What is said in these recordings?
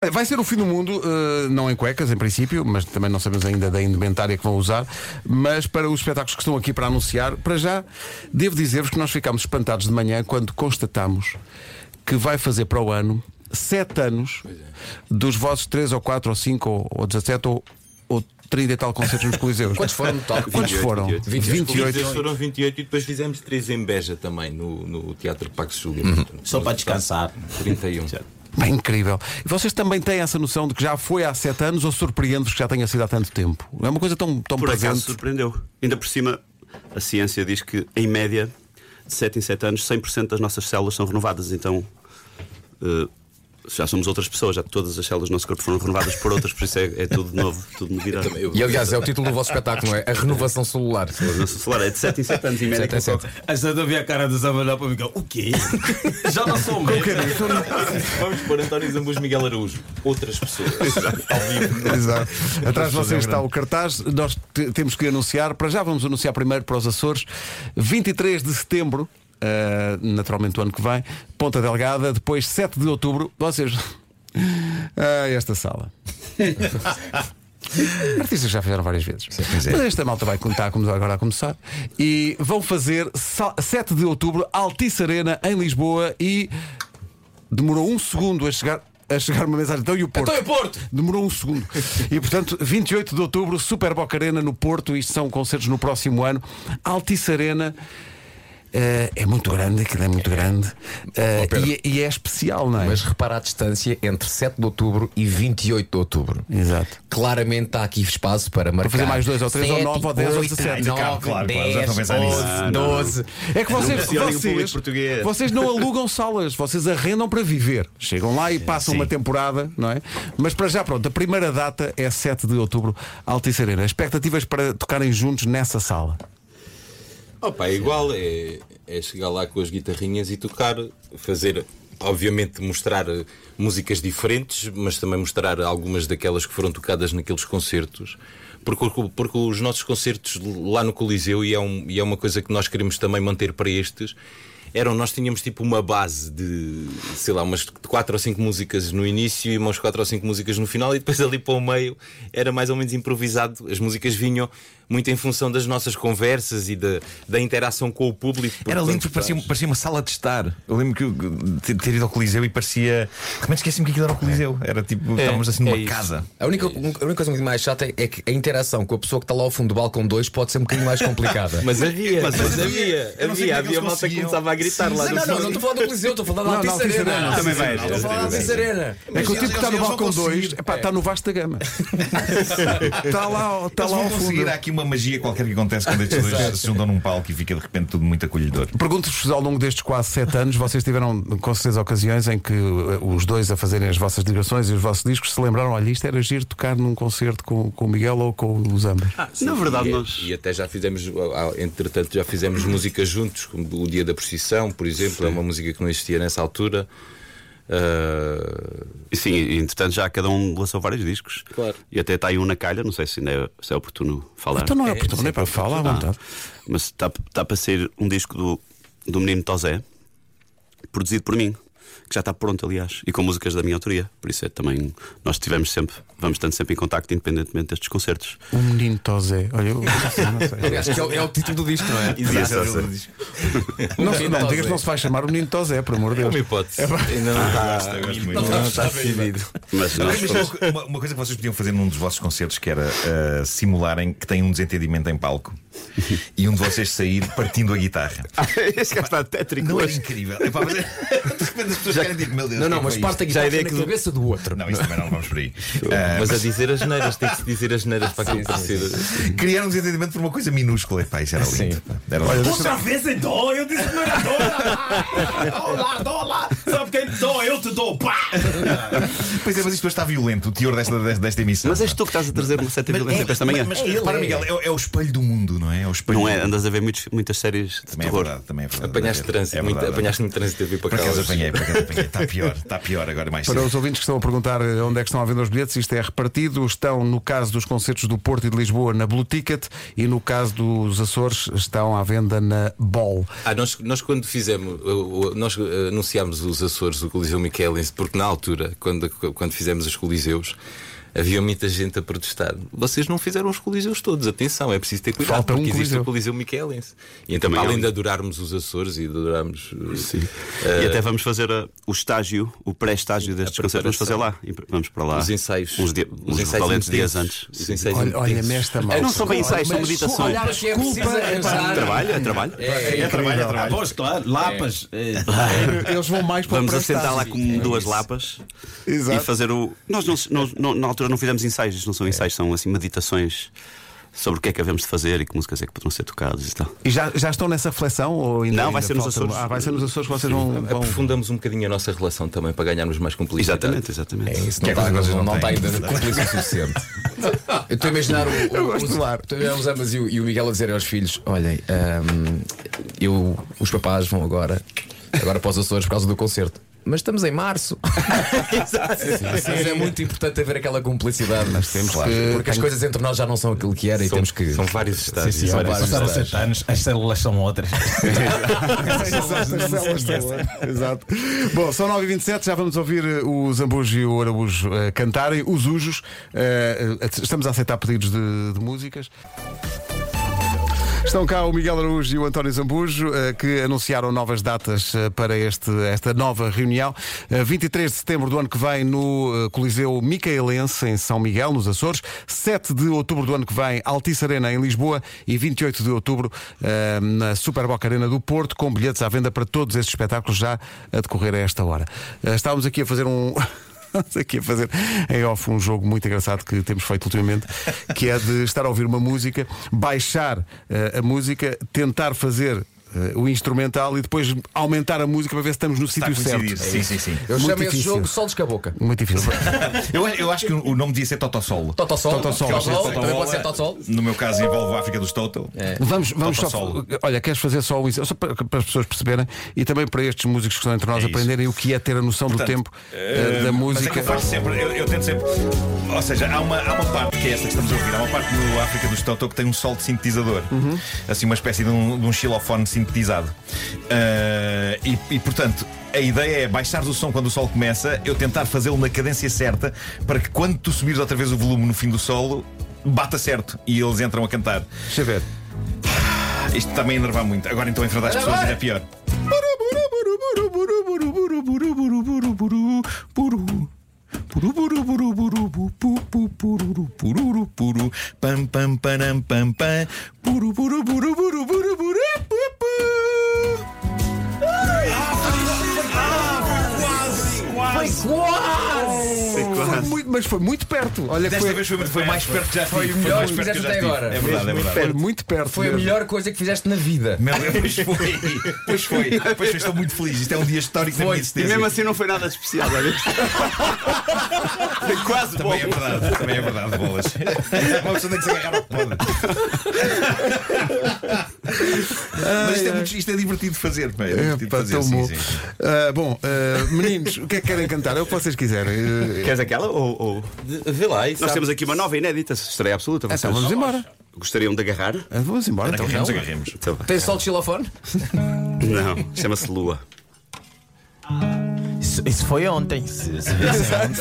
É, Vai ser o fim do mundo, eh, não em cuecas, em princípio, mas também não sabemos ainda da indumentária que vão usar. Mas para os espetáculos que estão aqui para anunciar, para já, devo dizer-vos que nós ficámos espantados de manhã quando constatamos que vai fazer para o ano sete anos é. dos vossos 3 ou 4 ou 5 ou, ou 17 ou, ou 30 e tal concertos nos Coliseus. Quantos foram no total? Quantos foram? 28. 28. Depois foram 28 e depois fizemos 3 em Beja também, no, no Teatro Pax Júlia. Uhum. Só para descansar. 31. Bem incrível. E vocês também têm essa noção de que já foi há sete anos ou surpreende-vos que já tenha sido há tanto tempo? É uma coisa tão, tão Por acaso presente. surpreendeu. Ainda por cima, a ciência diz que, em média, de 7 em 7 anos, 100% das nossas células são renovadas. Então, eh, já somos outras pessoas, já todas as células do nosso corpo foram renovadas por outras, por isso é, é tudo novo, tudo novidade. E aliás, é o título do vosso espetáculo, não é? A renovação celular. O nosso celular é de 7 em 7 anos, em média. Sete em sete. Esta eu vi a cara do Zé Manuel para mim e o quê? Já não sou mesmo. Vamos pôr António Zambus Miguel Araújo. Outras pessoas. Ao vivo. Exato. Atrás de vocês está o cartaz. Nós te- temos que anunciar. Para já vamos anunciar primeiro para os Açores. 23 de setembro, ah, naturalmente o ano que vem, Ponta Delgada. Depois, 7 de outubro, vocês. Ah, esta sala. Artistas já fizeram várias vezes. Mas esta malta vai contar como agora a começar. E vão fazer sa- 7 de outubro, Altice Arena, em Lisboa. E demorou um segundo a chegar, a chegar uma mensagem. Então e o Porto? Então é Porto! Demorou um segundo. E portanto, 28 de outubro, Super Boca Arena no Porto. Isto são concertos no próximo ano. Altice Arena. eh, é muito grande, aquilo é muito grande Eh, Oh, Ó, Pedro. e, é- e é especial, não é? Mas repara a distância entre 7 de outubro e 28 de outubro. Exato. Claramente há aqui espaço para marcar. fazer mais dois ou três, ou sete, nove ou dez ou oito, dezessete. nove, Claro, claro, dez, já estou a pensar nisso. onze, doze. É que vocês, precisa de um vocês, público português. vocês não alugam salas, vocês arrendam para viver. Chegam lá e passam uma temporada, não é? Mas para já, pronto, a primeira data é 7 de outubro, Altice Arena. Expectativas para tocarem juntos nessa sala. Opa, é igual, é, é chegar lá com as guitarrinhas e tocar, fazer, obviamente, mostrar eh, músicas diferentes, mas também mostrar algumas daquelas que foram tocadas naqueles concertos. Porque, o- porque os nossos concertos lá no Coliseu, e é, um- e é uma coisa que nós queremos também manter para estes, eram nós tínhamos tipo uma base de, sei lá, umas quatro ou cinco músicas no início e umas quatro ou cinco músicas no final e depois ali para o meio era mais ou menos improvisado. As músicas vinham muito em função das nossas conversas e da, da interação com o público. porque Era quando lindo porque parecia, um estás- parecia uma sala de estar. Eu lembro que eu- ter, ter ido ao Coliseu e parecia. Realmente esqueci-me que aquilo era o Coliseu. Era tipo, estávamos assim numa é isso. casa. A única, a única coisa muito mais chata é que a interação com a pessoa que está lá ao fundo do balcão 2 pode ser um bocadinho mais complicada. Mas havia, mas, mas havia, eu não sei como é que havia, havia eles malta que conseguiam. começava a gritar lá Não, no não, não, fundo. não estou a falar do Coliseu, estou a falar da Não, não, Altice Altice Arena. Arena, Estou Também vais. a falar da Altice Arena. É que o eles- tipo que está no eles vão balcão conseguir. É. 2 está no vasto da gama. Está lá, está Eles lá ao vão fundo. conseguir. é. Há aqui uma magia qualquer que acontece quando estes dois se juntam num palco e fica de repente tudo muito acolhedor. Pergunto-vos ao longo destes quase sete anos, vocês tiveram com certeza ocasiões em que eh, os dois a fazerem as vossas ligações e os vossos discos se lembraram: olha, isto era giro tocar num concerto com, com o Miguel ou com o Zambas. Na verdade, e, é- nós. e até já fizemos, ah, ah, entretanto, já fizemos música juntos, como o Dia da Procissão, por exemplo, é uma música que não existia nessa altura. Ah, é, E sim, e, entretanto, já cada um lançou vários discos. Claro. E até está aí um na calha, não sei se ainda é, se é oportuno falar. Então não é oportuno, não é para falar à vontade. Mas está tá para sair um disco do, do menino Tosé, produzido por mim, que já está pronto, aliás, e com músicas da minha autoria. Por isso é também. Nós estivemos sempre, vamos estando sempre em contacto, independentemente destes concertos. O menino Tosé. Olha, eu não Acho que é, o- é o título do disco, não é? Exato, exato. sei. Não, se- não, digas que não se vai chamar o menino Tosé, por amor de é uma Deus. hipótese. Ainda não tá. está. Eu gosto muito. Não está decidido. Mas nós. Mas isto é uma, uma coisa que vocês podiam fazer num dos vossos concertos que era ah, simularem que tem um desentendimento em palco e um de vocês sair partindo a guitarra. Este gajo está tétrico Não era hoje. incrível. Epá, mas é- de repente as pessoas querem dizer, meu Deus, Não, o que não, é mas isto? parte Já a a guitarra ideia na que do- cabeça do outro. Não, isso também não vamos por aí. Ah, Mas a dizer as neiras, tem que se dizer as neiras para aquilo parecer. criar um desentendimento por uma coisa minúscula. Epá, isso era lindo. pá. Era lindo. Deixa- vez em dó, eu disse que não era dó. Dó, dó lá. Sabe quem dó? Eu te dou. Pá. Pois é, mas isto hoje está violento, o teor desta, desta, desta emissão. É Mas és pá. tu que estás a trazer uma certa violência para esta manhã. Mas, mas, repara, Miguel, é, é o espelho do mundo, não não é? Aos Não é? espelhinhos. Andas a ver muitos- muitas séries de Também é terror. verdade, também é verdade. Apanhaste É trânsito, verdade, muito- é verdade. apanhaste-me trânsito a vir para Por cá. acaso hoje. apanhei, por acaso apanhei. Está pior, está pior agora mais Para cedo. os ouvintes que estão a perguntar eh, onde é que estão a vender os bilhetes, isto é repartido. Estão, no caso dos concertos do Porto e de Lisboa, na Blue Ticket e no caso dos Açores, estão à venda na Ball. Ah, nós, nós quando fizemos, o- o- nós eh, anunciámos os Açores, o Coliseu Michelense, porque na altura, quando, quando fizemos os Coliseus, havia muita gente a protestar. Vocês não fizeram os Coliseus todos, atenção, é preciso ter cuidado, Falta um porque existe Coliseu. o Coliseu Michelense. E então, Também para é além um- de adorarmos os Açores e de adorarmos. eh, E até vamos fazer uh, o estágio, o pré-estágio destes concertos. Vamos fazer lá. E Vamos para lá. Os ensaios. Uns, dia, uns valentes dias antes. Os ensaios Olha, olha intensos. nesta Ah, malta. Não são bem ensaios, são meditações. Olha, que é preciso arranjar. Trabalho, é trabalho. É, é, trabalho, é trabalho. Pois, claro, lapas. eh, Eles vão mais para Vamos o prestado. assentar lá com duas lapas Exato. e fazer o. Nós não, nós- não- na altura não fizemos ensaios, isto não são ensaios, são assim meditações sobre o que é que havemos de fazer e que músicas é que poderão ser tocadas e tal. E já, já estão nessa reflexão? Ou ainda, Não, vai ainda ser nos falta- Açores. É Ah, vai ser nos Açores que vocês vão. vão... Aprofundamos um bocadinho a nossa relação também para ganharmos mais cumplicidade. Exatamente, exatamente. É isso, não Que é está coisa que vocês não, não não tá têm. ainda cúmplice o suficiente. Eu estou a imaginar o, o, os, estou a imaginar os ambas e o, e o Miguel a dizer aos filhos: olhem, ahm, eu, os papás vão agora, agora para os Açores por causa do concerto. Mas estamos em março. Mas é muito importante haver aquela cumplicidade. temos Porque as coisas entre nós já não são aquilo que era e temos que. São vários estados. Sim, sim, são vários Passaram estados. sete anos, as células são outras. Exato, Marcelo Estrela. Exato. Bom, são 9h27, já vamos ouvir eh, o Zambujo e o Araújo eh, cantarem, os Ujos. Eh, eh, estamos a aceitar pedidos de, de músicas. Estão cá o Miguel Araújo e o António Zambujo, eh, que anunciaram novas datas eh, para este, esta nova reunião. Eh, 23 de setembro do ano que vem no eh, Coliseu Micaelense, em São Miguel, nos Açores. 7 de outubro do ano que vem, Altice Arena, em Lisboa. E 28 de outubro, eh, na Super Boca Arena do Porto, com bilhetes à venda para todos estes espetáculos já a decorrer a esta hora. Eh, Estávamos aqui a fazer um. Estamos aqui a é fazer em off um jogo muito engraçado que temos feito ultimamente, que é de estar a ouvir uma música, baixar eh, a música, tentar fazer eh, o instrumental e depois aumentar a música para ver se estamos no Está sítio certo. coincidido. Sim, sim, sim. Eu Muito chamo esse difícil. jogo Solos com a Boca. Muito difícil. Eu, eu acho que o nome devia ser Totossolo. Totossol. Totossol. Totossol. é Tá Também pode ser É. Totossol. No meu caso envolve a África dos Total. Vamos, vamos Toca só. solo. Olha, queres fazer só um só para, para as pessoas perceberem e também para estes músicos que estão entre nós É isso. aprenderem o que é ter a noção do tempo eh, da Mas é que música. eu faço sempre, eu, eu tento sempre. Ou seja, há uma, há uma parte que é esta que estamos a ouvir, há uma parte no África dos Totó que tem um sol de sintetizador, Uhum. assim uma espécie de um, de um xilofone sintetizado. Ah, e, e, portanto, a ideia é baixar o som quando o sol começa, eu tentar fazê-lo na cadência certa para que quando tu subires outra vez o volume no fim do solo, bata certo e eles entram a cantar. Deixa eu ver. Isto está-me a enervar muito. Agora então em frente às pessoas ainda é pior. Pam pam panam pam pam. Puru puru puru puru puru puru pu, pu. Foi muito- mas foi muito perto. Olha, que Desta foi, vez foi, muito- foi mais perto que já estive. Foi melhor mais que perto que eu já fizeste até estive. agora. É verdade, é verdade. foi muito perto. Foi a mesmo. melhor coisa que fizeste na vida. Meu Deus, pois foi. Pois foi. Pois foi, estou muito feliz. Isto é um dia histórico da minha E existência. mesmo assim não foi nada de especial, olha. Foi quase bom. Também é verdade, também é verdade, bolas. Uma pessoa tem que se agarrar ao que pode. Mas isto é, muito, isto é divertido de fazer, pá, é divertido de Epá, fazer, tão sim, bom. sim. Ah, bom, ah, meninos, o que é que querem cantar? É o que vocês quiserem. Ah, Queres aquela? Ou, ou- De- Vê lá, e Nós sabe- temos aqui uma nova inédita, estreia absoluta. Vocês então vamos embora. Gostariam de agarrar? Ah, Vamos embora. Então. Agarremos, agarremos. Então vai. Tem sol de xilofone? Não, chama-se Lua. Isso, isso foi ontem.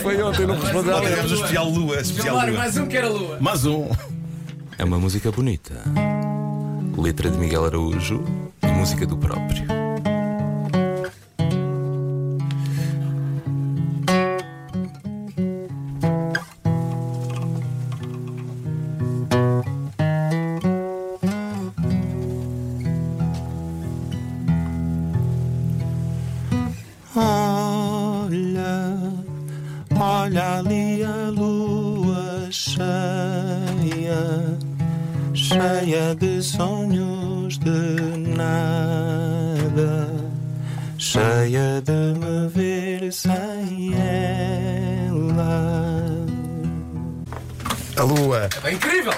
Foi ontem, não respondeu. Nós tivemos um especial lua, especial lua. um que era lua. Mais um. É uma música bonita. Letra de Miguel Araújo e música do próprio. Olha, olha ali a lua cheia, cheia de sonhos de nada, cheia de me ver sem ela. A lua. É incrível!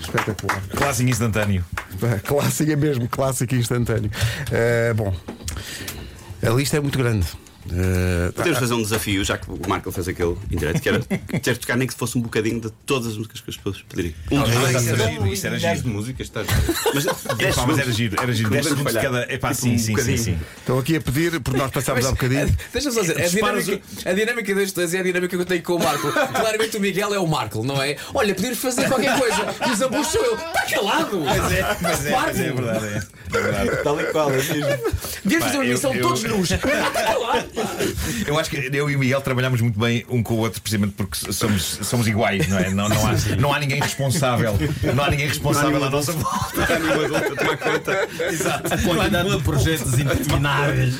Espetacular. Clássico instantâneo. Pá, Clássico é mesmo, clássico e instantâneo. Eh, bom, a lista é muito grande. Eh, tá, Podemos fazer um desafio, já que o Marco fez aquele indireto, que era ter de tocar nem que fosse um bocadinho de todas as músicas que as pessoas pediriam. Um dos Ah, dois. isso era giro, isso era milhares de giro. tá, músicas, estás. Mas, Epá, dez mas segundos. era giro, era giro. Que 10 não segundos de falhar. cada. Epá, Tipo, sim, um sim, sim, bocadinho. sim. Estão aqui a pedir, porque nós passámos há bocadinho. Deixa-me só dizer, é a Disparas dinâmica, a dinâmica dos dois é a dinâmica que eu tenho com o Marco. Claramente o Miguel é o Marco, não é? Olha, pedir fazer qualquer coisa e o Zambujo sou eu. Está calado! Pois é, pois é, pois é, é verdade. É. É verdade. Tal e qual, é mesmo. Devias fazer uma eu- missão eu- um, todos nus. Está calado! Eu acho que eu e o Miguel trabalhamos muito bem um com o outro, precisamente porque somos, somos iguais, não é? Não, não, há, não há ninguém responsável. Não há ninguém responsável à nossa volta. Exato. A quantidade de projetos intermináveis.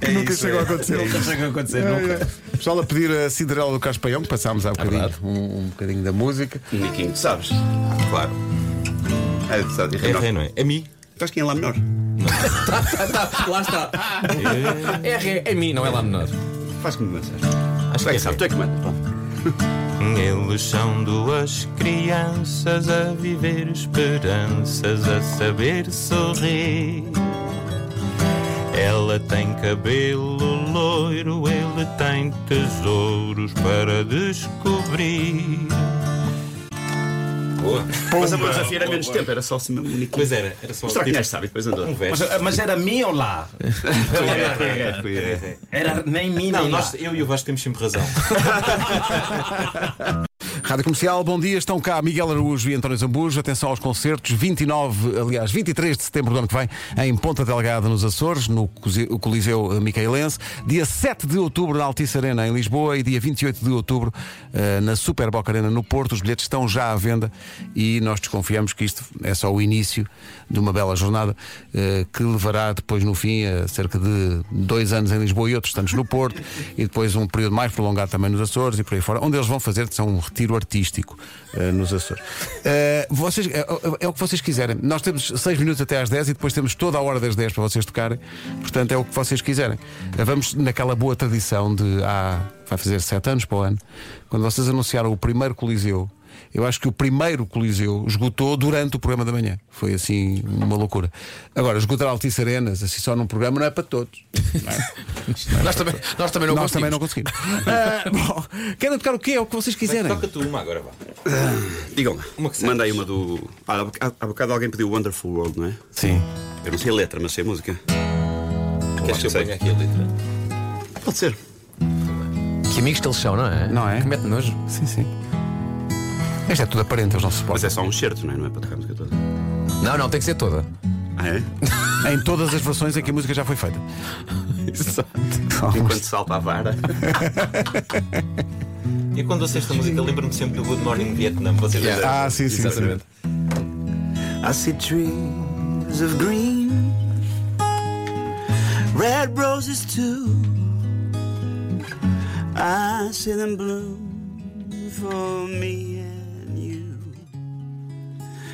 É Nunca isso, chegou é. a acontecer. Nunca chega a acontecer, Eh, nunca. eh, Pessoal a pedir a Cinderela do Carlos Paião, que passámos há bocadinho um, um bocadinho da música. Niquinho, tu sabes? Claro. Ah, tu sabes, É é rei, não é? A mim. Estás quem é lá menor? Tá, tá, tá, lá está. R é, é mim, não é lá menor. Faz como danças. Acho Tu é que sabes, tu é que mandas. pronto. Eles são duas crianças a viver esperanças, a saber sorrir. Ela tem cabelo loiro, ele tem tesouros para descobrir. Boa. Mas o meu desafio era menos tempo, era só assim mesmo único. Pois era, era só Mostrar que gajo sabe, depois andou. um Mas, verso. mas era mim ou lá? Era nem mim Não, nem nós, lá. eu e o Vasco temos sempre razão. Rádio Comercial, bom dia. Estão cá Miguel Araújo e António Zambujo. Atenção aos concertos. 29, aliás, 23 de setembro do ano que vem, em Ponta Delgada, nos Açores, no Cose- o Coliseu eh, Micaelense. Dia 7 de outubro, na Altice Arena, em Lisboa. E dia 28 de outubro, eh, na Super Boca Arena, no Porto. Os bilhetes estão já à venda e nós desconfiamos que isto é só o início de uma bela jornada eh, que levará depois, no fim, a cerca de dois anos em Lisboa e outros tantos no Porto. e depois um período mais prolongado também nos Açores e por aí fora, onde eles vão fazer são um retiro artístico eh, nos Açores. Eh, vocês, é, é o que vocês quiserem. Nós temos seis minutos até às 10 e depois temos toda a hora das 10 para vocês tocarem. Portanto, é o que vocês quiserem. Eh, Vamos naquela boa tradição de há, vai fazer sete anos para o ano, quando vocês anunciaram o primeiro Coliseu. Eu acho que o primeiro Coliseu esgotou durante o programa da manhã. Foi assim uma loucura. Agora, esgotar Altice Arenas, assim só num programa, não é para todos. Nós também, nós também não Nós também não conseguimos. conseguimos. Ah, bom, querem tocar o quê? É o que vocês quiserem. Toca tu uma agora, vá. Digam, Uma que sabes. mandei uma do. Ah, há boc- há- há bocado alguém pediu Wonderful World, não é? Sim. Eu não sei a letra, mas sei a música. Queres que eu ponha aqui a letra? Pode ser. Que amigos que eles são, não é? Não é? Que mete nojo. Sim, sim. Isto é tudo aparente aos nossos Mas é postos. só um certo, não é? Não é para tocar a música toda. Não, não, tem que ser toda. Ah, é? Em todas as versões em que a música já foi feita. Enquanto salta a vara. Eu quando ouço esta música lembro-me sempre do Good Morning Vietnam. Vocês lembram? Ah, sim, sim. sim. I see trees of green, red roses too. I see them bloom for me and you.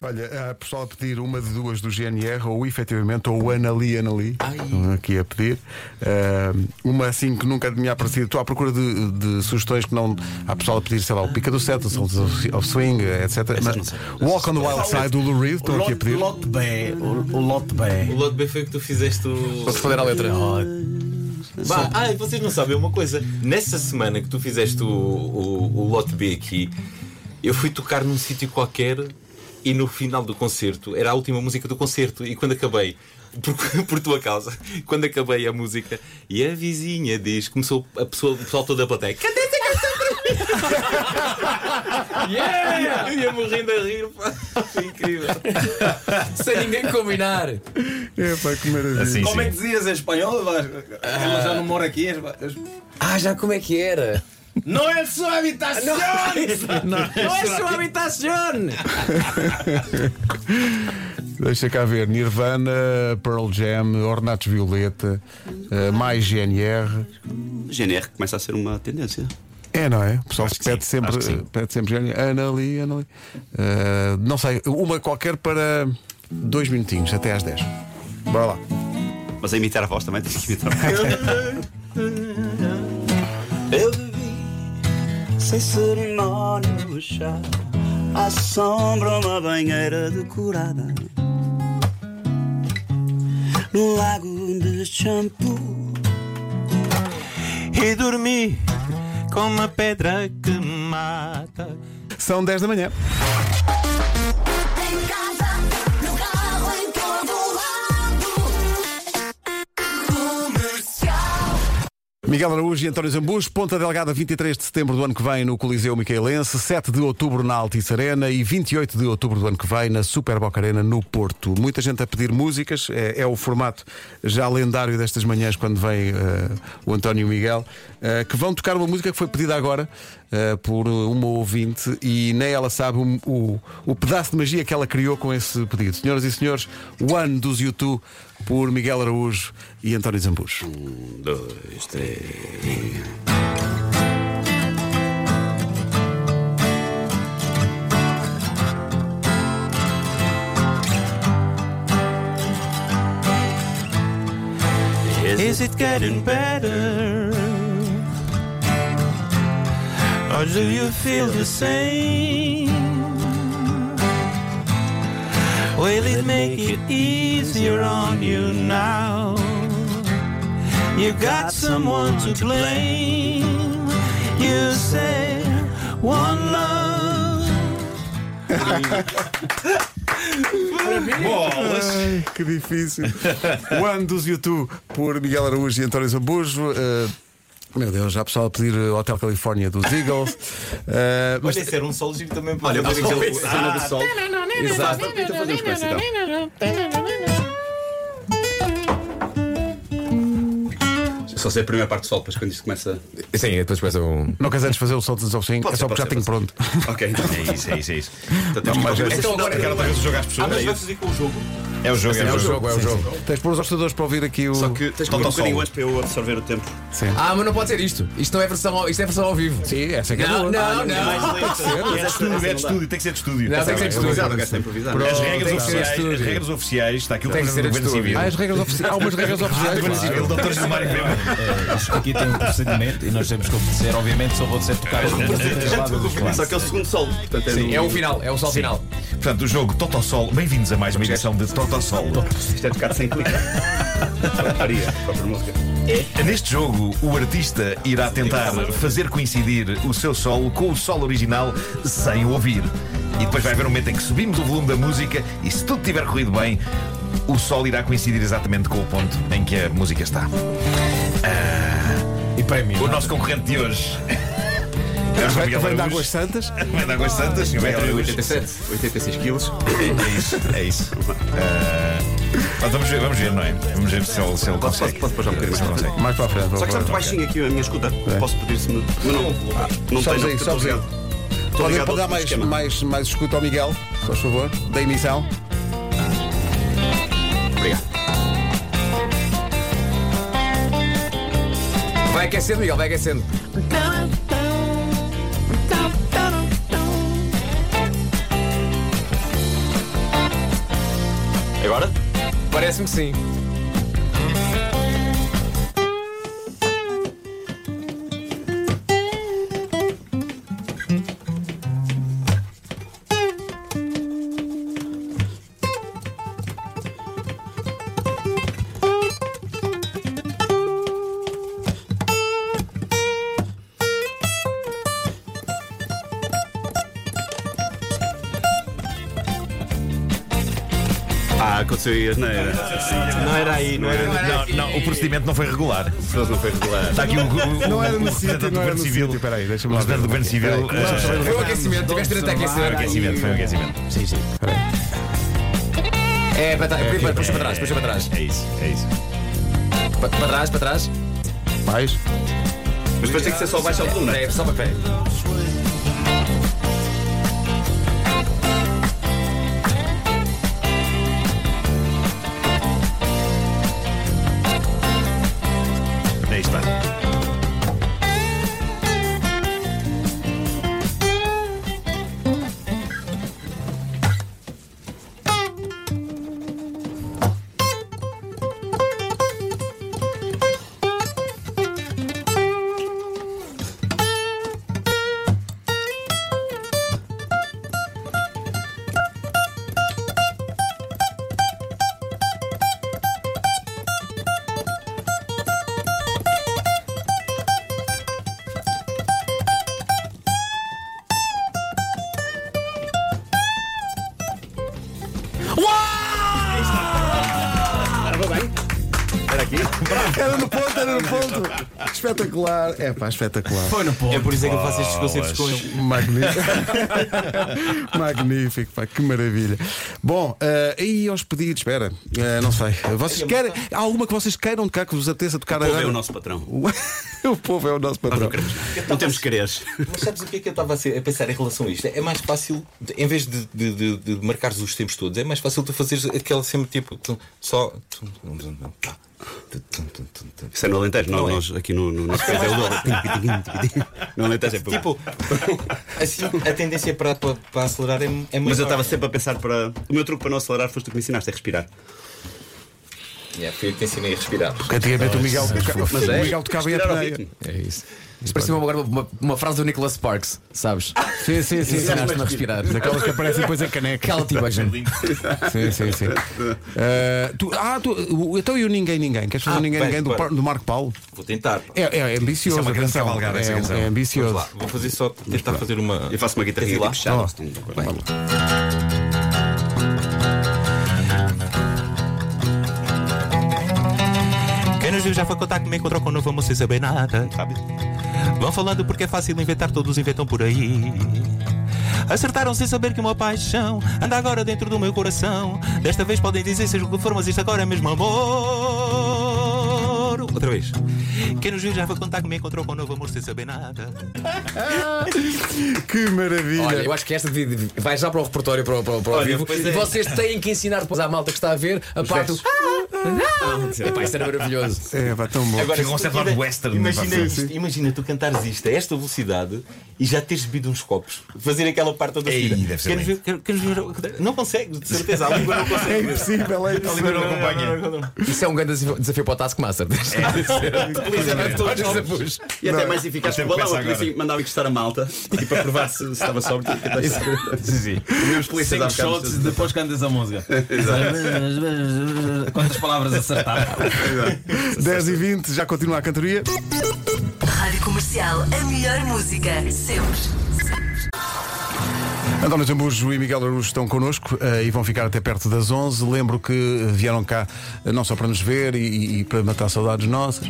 Olha, há pessoal a pedir uma de duas do GNR, ou efetivamente, ou Anali Anali. Estão Aqui a pedir. Ah, uma assim que nunca me tinha aparecido. Estou à procura de, de sugestões que não. Há pessoal a pedir, sei lá, o Pica do Sete, o Sons of of Swing, etc. Mas, Walk on the Wild Side do Lou Reed, O estão aqui a lote, pedir. lote B, o, o lote O B. Lord B foi o que tu fizeste o. Podes foder a letra. Bah, ah, e vocês não sabem uma coisa. Nessa semana que tu fizeste o, o, o lote B aqui, eu fui tocar num sítio qualquer e no final do concerto, era a última música do concerto, e quando acabei. Por, por tua causa, quando acabei a música e a vizinha diz, começou a pessoa, o pessoal toda a plateia, canta essa canção para mim! yeah! Eu ia morrendo a rir, pá. Foi incrível. Sem ninguém combinar. É, pá, que maravilha. Assim, Como é que sim. dizias em espanhol? Vasco? Ela já não mora aqui. é espa- Ah, já como é que era? é Não é sua habitação! Não é sua habitação! Deixa cá ver, Nirvana, Pearl Jam, Ornatos Violeta, eh, mais GNR. GNR começa a ser uma tendência. É, não é? O pessoal Acho que pede, sim, sempre, acho que sim. pede sempre GNR. Ana ali, Ana ali. Eh, não sei, uma qualquer para dois minutinhos, até às 10. Bora lá. Mas a imitar a voz também tem que imitar a voz. Eu bebi sem cerimônia o chá À sombra uma banheira decorada No lago de shampoo E dormi com uma pedra que me mata São 10 da manhã. Em casa, no carro, em todo lado. Comercial. Miguel Araújo e António Zambujo, Ponta Delgada, 23 de setembro do ano que vem no Coliseu Micaelense, 7 de outubro na Altice Arena e 28 de outubro do ano que vem na Super Boca Arena no Porto. Muita gente a pedir músicas, é, é o formato já lendário destas manhãs quando vem eh, o António e o Miguel, eh, que vão tocar uma música que foi pedida agora eh, por uma ouvinte e nem ela sabe o, o- o pedaço de magia que ela criou com esse pedido. Senhoras e senhores, One dos U2 por Miguel Araújo e António Zambujo. dois, três. Is it getting better? Or do you feel the same? Will it make it easier on you now? You got someone to blame. You say one love. Bolas! Ai, que difícil. One dos YouTube por Miguel Araújo e António Zambujo. Eh, meu Deus, já há pessoal a pedir eh, Hotel Califórnia dos Eagles. Eh, mas Pode ser um sol giro também para Olha, fazer mas é aquele- eu- Ah, Ah, Exato. Tenta fazer uma espécie, então. Só sei a primeira parte do sol, depois quando isto começa. Sim, depois começa um. não queres antes fazer o salto dos Alcinho? É Pode só ser, porque já pode tenho ser, pronto. Ok, então. É isso, é isso, é isso. Então, temos que mas- fazer- Então Não, agora- Aquela vez o jogo às pessoas. Ah, mas é vai isso. fazer com o jogo. É o jogo, é É o o jogo. Então, jogo, é o jogo. Tens de pôr os hostadores para ouvir aqui o. Só que tens que pôr um Falta o bocadinho sol. antes para eu absorver o tempo. Ah, mas não pode ser isto. Isto não é versão ao, isto é versão ao vivo. Sim, essa é que é Não, boa. não, É mais não. lento. É de estúdio, é de estúdio, tem que um ser de estúdio. Não, tem que ser Improvisado, improvisado. o gajo está improvisado. Pronto. As Tem regras que ser oficiais, estúdio. as regras oficiais, está aquilo Tem que para ser o governo estúdio. civil. Há, as regras ofici- há umas regras oficiais. Governo civil, doutores do Mário Weber. Aqui tem um procedimento e nós temos que obedecer. Obviamente só vou ser tocar os três lados dos Só quatro. que é o segundo sol. Portanto, é Sim, no- é o final, é o sol final. Portanto, o jogo Totossol, bem-vindos a mais uma edição de Totossol. Isto é tocado sem clique. Faria, própria música. Neste jogo, o artista irá tentar fazer coincidir o seu solo com o solo original sem o ouvir. E depois vai haver um momento em que subimos o volume da música e se tudo tiver corrido bem, o solo irá coincidir exatamente com o ponto em que a música está. E para mim. Ah, O nosso concorrente de hoje. é o João Miguel Vem de Araújo. Águas Santas. Vem de Águas Santas, João É Miguel Araújo. 87, 86 quilos. É isso, é isso. Ah, mas vamos ver, vamos ver, não é? Vamos ver se ele, se ele consegue. posso- posso pôr já um bocadinho Se ele mais consegue. Mais para a frente. Só que está muito baixinho aqui a minha escuta. É. Posso pedir-se-me. Mas não. Não Sobes tenho. aí, sobes aí. Estou Podem ligado dar ao mais, esquema. mais, mais escuta ao Miguel, se faz favor, da emissão. Obrigado. Vai aquecendo, Miguel, vai aquecendo. Agora? Parece-me que sim. Ah, aconteceu aí né? a asneira. Não era aí, não era. Não, não, o procedimento não foi regular. Não foi regular. Está aqui o, o, Não o, era o no sítio, representante do não era É, Governo no Civil. sítio, peraí, deixa-me o lá representante do Governo Civil. eh, Foi um aquecimento, tiveste direito a aquecer. Foi um aquecimento, foi um aquecimento. É, para trás, puxa para trás, puxa para trás. É isso, é isso. Pa- Para trás, para trás. Mais. Mas depois tem que ser só baixo ao volume. Espera aí, É, só para pé. Aí está. Era no ponto, era no ponto. Espetacular. É pá, espetacular. Foi no ponto. É por isso é que eu faço estes concertos com ele. Magnífico. Magnífico, pá, que maravilha. Bom, eh, aí aos pedidos, espera, eh, não sei. Vocês querem. Há alguma que vocês queiram tocar que vos apeteça tocar O povo agora? é o nosso patrão. o povo é o nosso Nós patrão. não queremos. Não temos quereres. Mas sabes o que é que eu estava a ser- a pensar em relação a isto? É mais fácil, de- em vez de, de, de, de marcares os tempos todos, é mais fácil tu fazeres aquele sempre tipo tu- só. tu- tá. pá. Isso é no Alentejo, não, Não é. nós aqui no, no nosso país é o dobro. No Alentejo é Tipo, assim, a tendência para, para, para acelerar é, é muito. Mas eu estava sempre a pensar para. O meu truque para não acelerar foste tu que me ensinaste a respirar. Yeah, fui eu que te ensinei a respirar. Porque Antigamente o Miguel, Mas o é. Miguel tocava em respirar ao apneia. ritmo. É isso. Isso parecia agora uma, uma frase do Nicholas Sparks, sabes? Sim, sim, sim. sim. Ensinaste-me a respirar. É Aquelas que aparecem depois a caneca. Aquela tipo a gente. Sim, sim, sim. Eh, tu- ah, tu, o- então e o Ninguém Ninguém? Queres fazer o Ninguém bem, Ninguém do, bora. Par- do Marco Paulo? Vou tentar. pá. É, é ambicioso. Isso é uma grande atenção. cavalgada, essa canção. é, é ambicioso. Vamos lá, vou fazer só tentar fazer uma. Eu faço uma guitarrinha Queres ir tipo chata. Quem nos viu já foi contar que me encontrou com novo, não sem saber nada. Vão falando porque é fácil inventar, todos inventam por aí. Acertaram sem saber que uma paixão anda agora dentro do meu coração. Desta vez podem dizer, seja o que for, mas isto agora é mesmo amor. Outra vez. Quem nos viu já foi contar que me encontrou com novo amor sem saber nada. Que maravilha. Olha, eu acho que esta de- de- vai já para o repertório, para, o- para, o- para o Olha, vivo. pois E é. vocês têm que ensinar depois à malta que está a ver a parte do. Ah! Epá, isso era maravilhoso. É, pá, tão bom. Chegou a um se certo tu lado tiver- western, Imagina pá, isto, imagina tu cantares isto a esta velocidade e já teres bebido uns copos. Fazer aquela parte toda Ei, seguida. deve ser Queres bem. ver- quer- queres ver- Não consegues, de certeza. A língua não consegue. É impossível, é A língua impossível. não acompanha. Isso é um grande desafio, desafio para o Taskmaster. E até mais eficaz que o Sempre balão, pensa a polícia mandava encostar a malta e para provar se se estava sóbrio tinha que cantar Sim, sim. Meus polícias Cinco às shots caras. depois cantas a música. Quantas palavras acertar? 10 e 20, já continua a cantoria. Rádio Comercial, a melhor música, sempre. António Zambujo e Miguel Araújo estão connosco eh, e vão ficar até perto das 11. Lembro que eh, vieram cá eh, não só para nos ver e, e para matar saudades nossas,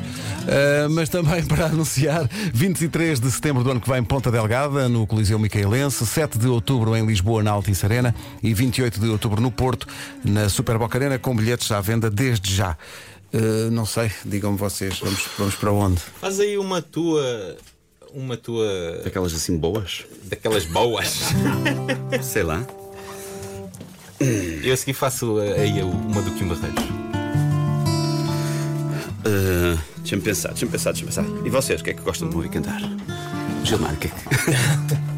eh, mas também para anunciar 23 de setembro do ano que vem, Ponta Delgada, no Coliseu Micaelense, 7 de outubro em Lisboa, na Altice Arena e 28 de outubro no Porto, na Super Boca Arena, com bilhetes à venda desde já. Eh, não sei, digam-me vocês, vamos, vamos para onde? Faz aí uma tua. Uma tua. Aquelas assim boas? daquelas boas. Sei lá. Eu a seguir faço uh, aí uma do Kim Barreiros. Ah, Deixa-me pensar, deixa-me pensar, deixa-me pensar. E vocês, o que é que gostam de ouvir cantar? Gilmar, o que é que.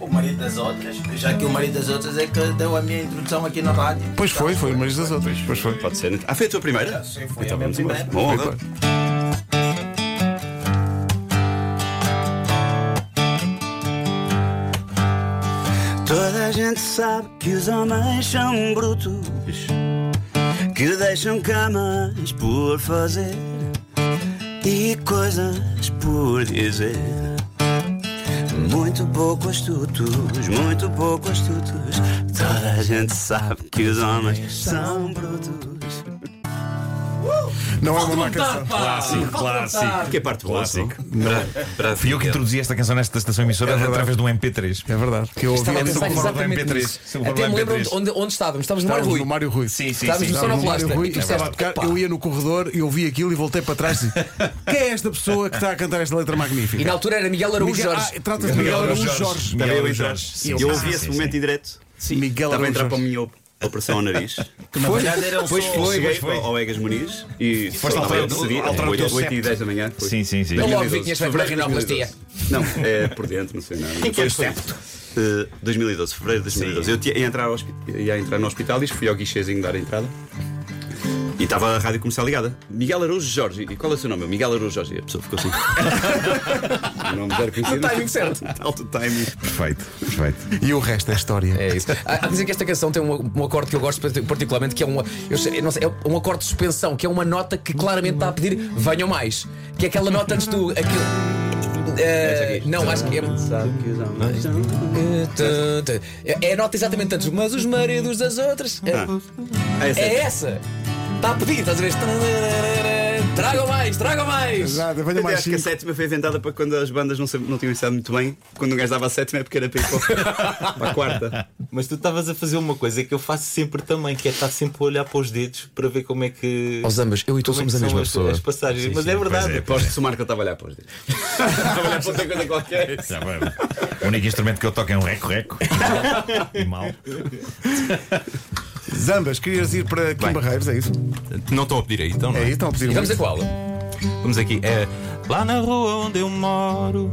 O marido das outras, já que o marido das outras é que deu a minha introdução aqui na rádio. Pois foi, foi o mês das outras. Pois foi. Pode ser. né? Ah, foi a tua primeira? Sim, foi Então a vamos minha embora. Uma honra. Toda a gente sabe que os homens são brutos, que deixam camas por fazer e coisas por dizer. Muito pouco astutos, muito pouco astutos. Toda a gente sabe que os homens são brutos. Não é uma má canção. Clássico, clássico. Que é parte boa. só. Fui eu que introduzi esta canção nesta estação emissora É verdade. através de um MP3. É verdade, que eu ouvi Estava a antes pensar sobre o programa exatamente MP3, nisso. sobre o Até me programa lembro MP3. onde, onde estávamos. Estávamos no Mar Estávamos Rui. no Mário Rui. Sim, sim, Estávamos sim. no Sonoplasta. Mário Rui, E É tu que estava a disseste, tocar, "Opa." eu ia no corredor, eu vi aquilo e voltei para trás e disse: Quem é esta pessoa que está a cantar esta letra magnífica? E na altura era Miguel Araújo Miguel- Jorge. ah, Trata-se de Miguel Araújo Jorge. Miguel Também Araújo eu e Jorge. Sim, sim, Eu ouvi sim, esse sim, momento em direto. Miguel Estava a entrar Araújo para a Jorge. minha op- operação ao nariz. Foi? Pois foi, pois pois foi. foi. Ao Egas Muniz. E Foste só alterar- estava eu de seguir, alterar o teu 8 e septo. 10 da manhã. foi. Sim, sim, sim. Eu Fevereiro óbvio que tinhas feito uma 2012. rinoplastia. Não, é por dentro, não sei nada. Eh, Em que é o septo? 2012, fevereiro de 2012. Eu tinha- ia entrar, ao hospi- ia entrar no hospital e fui ao guichezinho dar a entrada. E estava a rádio comercial ligada. Miguel Araújo Jorge. E qual é o seu nome? Eu, Miguel Araújo Jorge. E a pessoa ficou assim. o nome era conhecido. timing certo. Alto timing. Perfeito, perfeito. E o resto é história. É isso. Há há que dizer que esta canção tem um, um acorde que eu gosto parti- particularmente, que é, uma, eu sei- eu não sei, é um acorde de suspensão, que é uma nota que claramente está a pedir venham mais. Que é aquela nota antes do. Aquilo, Eh, não, acho que é. É- É a nota exatamente antes, mas os maridos das outras. É, Ah, é é certo. essa! Está a pedir, estás a ver? Tragam mais, tragam mais! Exato, Até venha mais acho que a cinco. sétima foi inventada para quando as bandas não, sabiam- não tinham estado muito bem. Quando um gajo dava a sétima é porque era para ir para o- para a quarta. Mas tu estavas a fazer uma coisa que eu faço sempre também, que é estar sempre a olhar para os dedos para ver como é que. Os ambas, eu e tu como é que somos a são mesma as, pessoa. As passagens. Mas é verdade. Aposto que se o Marco estava a olhar para os dedos. Estava a olhar para outra coisa qualquer. Já vai. O único instrumento que eu toco é um reco-reco. E mal. Zambas, querias ir para Kim Barreiros, é isso? Não estão a pedir aí, então, não É é? isso, estão a pedir E vamos muito. a qual? Vamos aqui. É, lá na rua onde eu moro,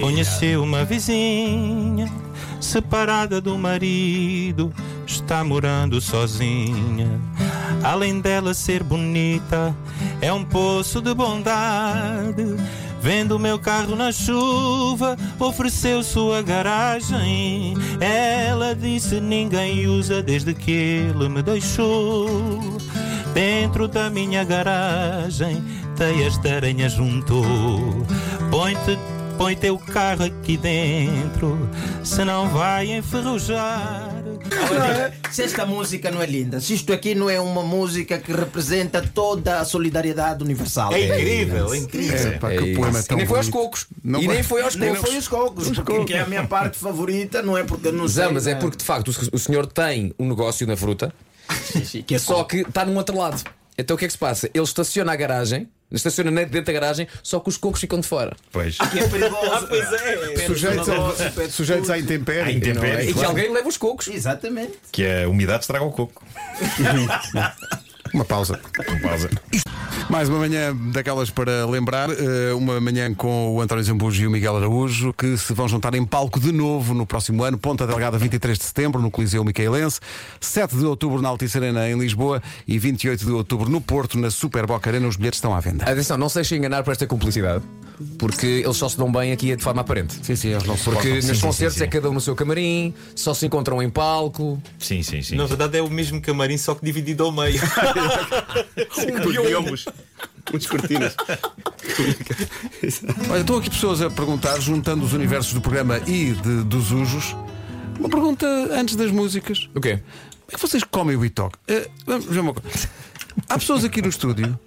conheci uma vizinha, separada do marido, está morando sozinha. Além dela ser bonita, é um poço de bondade. Vendo meu carro na chuva, ofereceu sua garagem. Ela disse: Ninguém usa desde que ele me deixou. Dentro da minha garagem teias de aranha juntou. Põe-te, põe teu carro aqui dentro, se não vai enferrujar. Se esta música não é linda, se isto aqui não é uma música que representa toda a solidariedade universal. É incrível, é incrível. É, pá, É que isso. poema tão E nem foi aos bonito. cocos. Não e foi- nem foi aos Não cocos. foi os cocos, que é a minha parte favorita, não é porque eu não sei. Zambas é né? porque de facto o, o senhor tem um negócio na fruta, que é só que está num outro lado. Então o que é que se passa? Ele estaciona a garagem, estaciona na- dentro da garagem, só que os cocos ficam de fora. Pois. que é perigoso. Ah, é. Sujeitos, a, sujeitos à intempérie. À intempérie, não é? E que alguém leva os cocos. Exatamente. é. Que a umidade estraga o coco. Uma pausa. Pausa. Mais uma manhã daquelas para lembrar, eh, uma manhã com o António Zambujo e o Miguel Araújo, que se vão juntar em palco de novo no próximo ano, Ponta Delgada, 23 de setembro, no Coliseu Micaelense, 7 de outubro na Altice Arena, em Lisboa, e 28 de outubro no Porto, na Super Boca Arena. Os bilhetes estão à venda. Atenção, não se deixem enganar por esta cumplicidade, porque eles só se dão bem aqui de forma aparente. Sim, sim, eles não se Porque suportam. nos Sim, concertos sim, sim. é cada um no seu camarim, só se encontram em palco. Sim, sim, sim. Na verdade é o mesmo camarim, só que dividido ao meio. Com biombos. Muitas cortinas. Olha, estão aqui pessoas a perguntar, juntando os universos do programa e de- dos Ujos, uma pergunta antes das músicas. O quê? Como é que vocês comem o Bitoque? Eh, vamos ver uma coisa. Há pessoas aqui no estúdio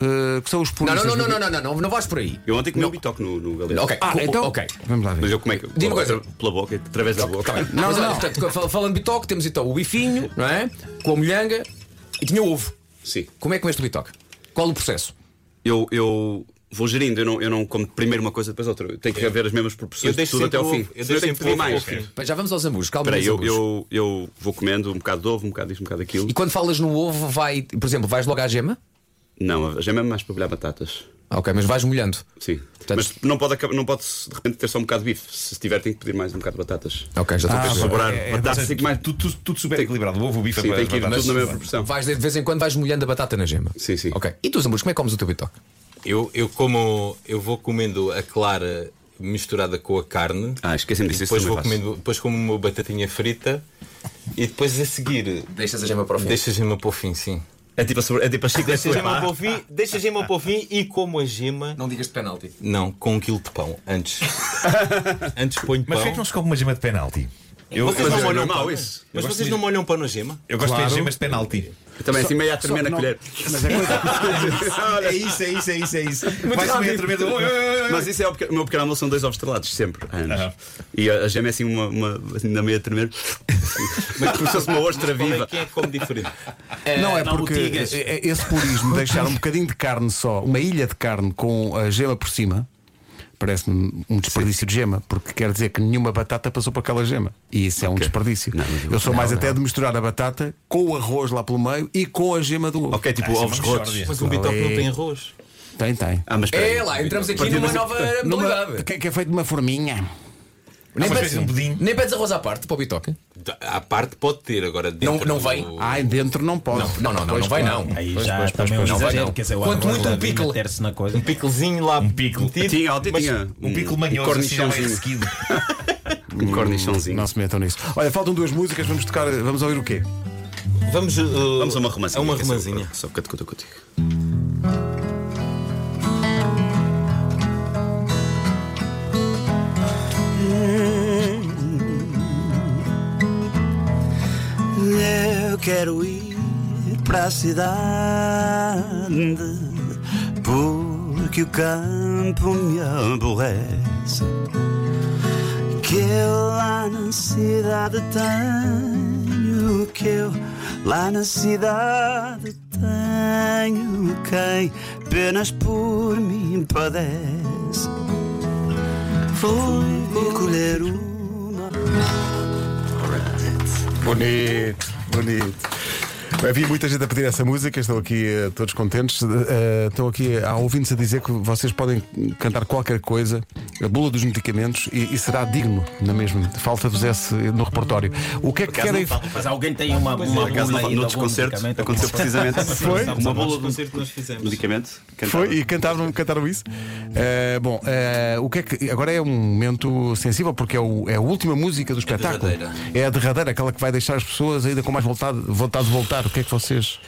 eh, que são os Não, puristas. não, não, do- não, não, não, não, não, não vais por aí. Eu ontem comi um bitoque no, no Galeão. Ok, Ah, co- então. ok. Vamos lá ver. Mas eu como é que. Diga uma coisa. Pela boca, através da boca. Não, Oh, tá Mas, olha, não. portanto, fal- falando de bitoque, temos então o bifinho, não é? Com a molhanga e tinha ovo. Sim. Como é que comeste o bitoque? Qual o processo? Eu, eu vou gerindo, eu não, eu não como primeiro uma coisa depois outra. Tem que haver as mesmas proporções Eu de deixo tudo até sempre ao o fim. ovo, eu Senão tenho deixo que sempre pedir o ovo ao mais. fim. Espera Bem, já vamos aos ambos, calma aí, aí. eu, eu, eu vou comendo um bocado de ovo, um bocado disto, um bocado daquilo. E quando falas no ovo, vai, por exemplo, vais logo à gema? Não, já é mesmo mais para olhar batatas. Ah, ok, mas vais molhando. Sim. Portanto- Mas não pode, acabar- não pode de repente ter só um bocado de bife. Se tiver, tem que pedir mais um bocado de batatas. É, Ok, já estou a Para perceber. sobrar batatas, tem que mais. Mas tudo, tudo, tudo super equilibrado. O ovo, o bife, Sim, as tem que ir batatas. tudo na mesma proporção. Vais de vez em quando vais molhando a batata na gema. Sim, sim. Ok. E tu, Zambus, como é que comes o teu bitoque? Eu, eu como eu vou comendo a clara misturada com a carne. Ah, esqueci-me disso, E isso Depois também vou faço. comendo, depois como uma batatinha frita e depois a seguir Deixas a gema para o fim. deixas gema para o fim, sim. É tipo a, sobre... é tipo a xícara de Deixa a gema para sopa. o fim, deixa a gema para o fim e como a gema. Não digas de penalti. Não, com um quilo de pão antes. antes ponho pão. Mas porquê que não se come uma gema de penalti? Eu, Vocês Mas não é molham normal pão? isso. Mas vocês não molham pão na gema? eu gosto de Claro. ter gemas de penalti. Também assim, meio a tremer na não- colher. Mas é coisa. É isso, é isso, é isso, é isso. Vai-se meio a tremer do- Oi, oi, oi, oi. Mas isso é o, pequeno- o meu pequeno almoço, são dois ovos estrelados, sempre, há anos. Aham. E a, a gema é assim, uma, uma, assim, na meia a tremer. Mas como se fosse uma ostra Qual é viva. que é que come diferente? Eh, Não é não, porque botigas. eh, eh, esse purismo deixar um bocadinho de carne só, uma ilha de carne com a gema por cima, parece-me um desperdício de gema, porque quer dizer que nenhuma batata passou por aquela gema. E isso é um desperdício. eu, sou mais até de misturar a batata com o arroz lá pelo meio e com a gema do ovo. Ok, tipo Ah, isso é ovos uma rotos. mixórdia. Mas um bitoque não tem arroz. Tem, tem. Ah, mas espera aí. É lá, entramos aqui Partindo numa assim- nova Numa- modalidade. que, que é feito de uma forminha. Há Nem uma pedes, espécie de um pudim. nem pedes arroz à parte para o bitoque. A parte pode ter agora dentro não do- um vem? Ai, dentro não pode. Não, não, não, não vai não. Aí já também é um pois, exagero, não. quer dizer, o Quanto arroz muito um ali pickle. meter-se na coisa. Um picklezinho lá. Um pickle. metido. Tinha, ontem Mas tinha Um pico um manhoso, assim, bem cornichãozinho. ressequido. Um cornichãozinho. Não se metam nisso. Olha, faltam duas músicas, vamos tocar, vamos ouvir o quê? Vamos, uh, Vamos a uma romancinha. A uma que é só- romancinha. Só porque eu estou contigo. Eu quero ir para a cidade Pour que o campo me aborreça Que eu lá na cidade tenho Que eu lá na cidade tenho Quem apenas por mim padece Fui colher uma... Bonito, bonito. Bem, Havia muita gente a pedir essa música, estão aqui eh, todos contentes. Eh, estão aqui, há ouvintes a dizer que vocês podem cantar qualquer coisa, a bula dos medicamentos, e, e será digno, na mesma. Falta-vos esse no repertório. O que é que querem. Mas alguém tem uma, Por uma acaso, bula no- aí no de algum desconcerto medicamento, aconteceu algum- precisamente Foi? uma bola de concerto que nós fizemos. medicamento. cantaram. Foi e cantaram, cantaram isso. Eh, bom, eh, o que é que agora é um momento sensível porque é, o- é a última música do espetáculo. derradeira. É a derradeira, aquela que vai deixar as pessoas ainda com mais vontade, vontade de voltar. O que é que vocês.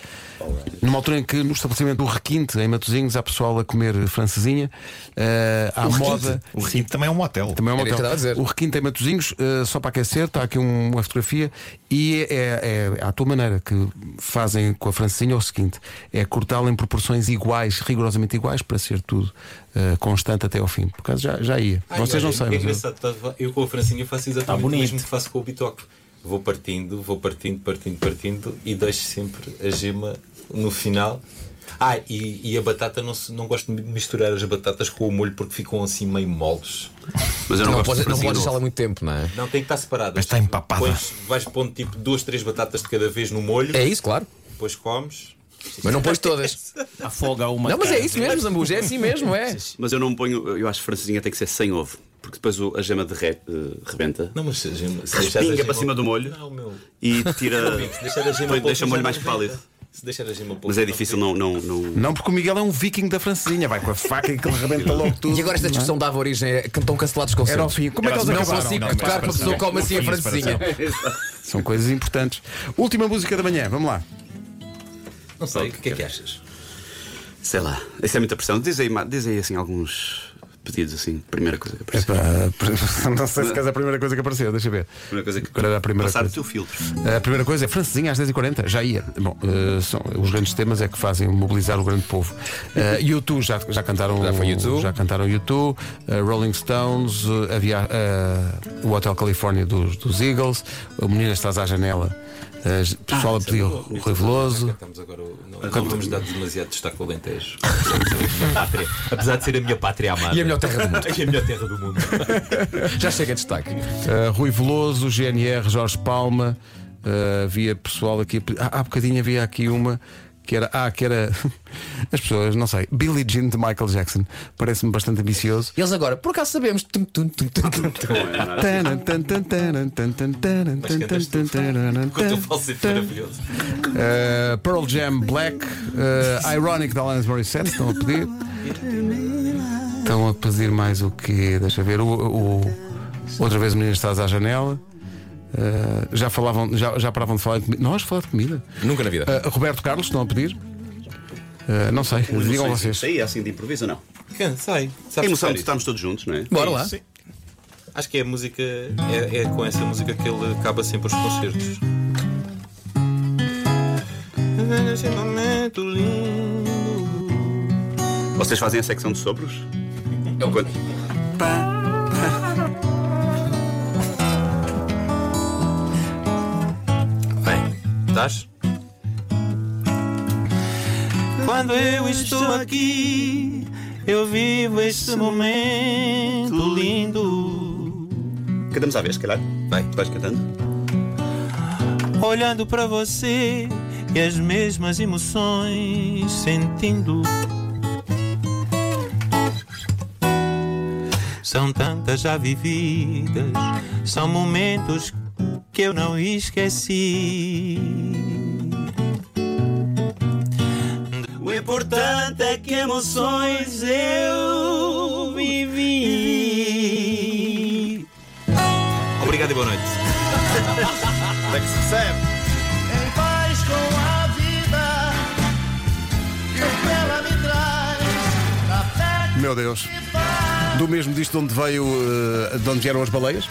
Numa altura em que no estabelecimento do Requinte, em Matosinhos, há pessoal a comer francesinha, eh, há moda. O Rio também é um hotel. Também é um Era isso que eu hotel. estava a dizer. O Requinte em Matosinhos, eh, só para aquecer, está aqui um- uma fotografia e é, é- é à tua maneira que fazem com a francesinha é o seguinte: é cortá-la em proporções iguais, rigorosamente iguais, para ser tudo eh, constante até ao fim. Por acaso já, já ia. Ai, Vocês olha, não É sabem. mas eu- engraçado, tá- eu com a francinha faço Tá exatamente o bonito. mesmo que faço com o bitoque. Vou partindo, vou partindo, partindo, partindo e deixo sempre a gema no final. Ah, e, e a batata, não, se- não gosto de misturar as batatas com o molho porque ficam assim meio moles. Mas eu não, Não gosto de podes não francesinha podes de ovo. deixá-la muito tempo, não é? Não, tem que estar separadas. Mas está empapada. Pões- vais pondo tipo duas, três batatas de cada vez no molho, É isso, claro. depois comes. Mas não pões todas. Afoga uma. Não, mas é cara. isso mesmo, Zambuja, é assim mesmo, é. Mas eu não ponho, eu acho que francesinha tem que ser sem ovo, porque depois o- a gema derrete, eh, rebenta Não, mas se a gema. se deixares a respinga gema- para cima do molho Não, meu. e tira. Se deixar a gema um põe- pouco, deixa o molho já mais não- pálido. Se deixar a gema pouco, Mas é já não difícil não. não, não... Não, porque o Miguel é um viking da francesinha, vai com a faca e que ele rebenta logo tudo. E agora esta discussão dava origem a que estão cancelados os é? Era ao concertos. fim. Como é que eles Não acabaram? consigo não, mas tocar que uma pessoa separação. come assim a é Não foi francesinha. São coisas importantes. Última música da manhã, vamos lá. Não sei, o que é que achas? Sei lá, isso é muita pressão. Diz aí, ma- diz aí assim alguns pedidos assim, primeira coisa que apareceu. Epá, não sei se queres a primeira coisa que apareceu, deixa eu ver. Primeira coisa que Qual era a primeira passar coisa? o teu filtro. A primeira coisa é francesinha às 10h40, já ia. Bom, eh, são, os grandes temas é que fazem mobilizar o grande povo. Eh, YouTube já, já cantaram Já foi U2. já cantaram YouTube, eh, Rolling Stones, eh, havia eh, o Hotel California dos, dos Eagles, o Menina Estás à Janela, eh, Ah, o pessoal a é pedir o Rui Veloso. Estamos agora. Não, não vamos dar demasiado destaque ao Alentejo. Apesar de ser a minha pátria amada. E a melhor terra do mundo. E a melhor terra do mundo. Já chega a destaque. Uh, Rui Veloso, GNR, Jorge Palma. uh, havia pessoal aqui. Há, há bocadinho havia aqui uma que era. Ah, que era. As pessoas, não sei. Billie Jean de Michael Jackson. Parece-me bastante ambicioso. E eles agora, por acaso sabemos. Tum, tum, tum, tum, tum, tum. Tanan, tan, tan, tanan, tan, tan, tanan, Mas tan, cantas tan, tu. tanan, Com o teu tan, falsete tan. maravilhoso. Uh, Pearl Jam Black. uh, Ironic da Alanis Morissette. Estão a pedir. Estão a pedir mais o quê? Deixa eu ver. O, o- outra vez, meninas, estás à janela. Uh, já falavam, já, já paravam de falar de comida. Nós falar de comida. Nunca na vida. Uh, Roberto Carlos, estão a pedir? Uh, não sei, digam Não sei vocês. se Isso aí é assim de improviso ou não? Cansei. A Sabes emoção de tocar estarmos todos juntos, não é? Bora lá. isso? Acho que é a música. É, é com essa música que ele acaba sempre os concertos. Nesse é um momento lindo. Vocês fazem a secção de sopros? É Bem, estás? Quando eu estou aqui, eu vivo este momento lindo. Cantamos à vez, se calhar. Vai. Vais cantando. Olhando para você e as mesmas emoções sentindo. São tantas já vividas, são momentos que eu não esqueci. O importante é que emoções eu vivi. Obrigado e boa noite. Até que se recebe. Em paz com a vida que o que ela me traz, café Meu Deus. que faz. Do mesmo eh, disco de onde veio, uh, de onde vieram as baleias.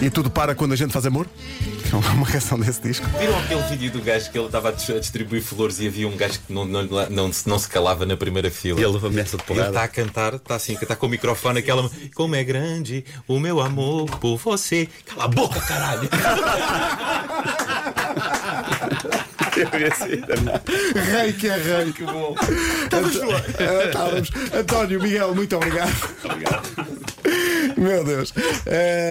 E tudo para quando a gente faz amor. que é uma canção desse disco. Viram aquele vídeo do gajo que ele estava a dis- a distribuir flores e havia um gajo que não, não, não, se- não se calava na primeira fila? Ele ameaça de Ele porrada. está a cantar, está assim, está com o microfone, aquela. Como é grande o meu amor por você. Cala a boca, caralho! Rei que é rei. Então, Que bom. Então, Estávamos. António, Miguel, muito obrigado. Meu Deus. Eh,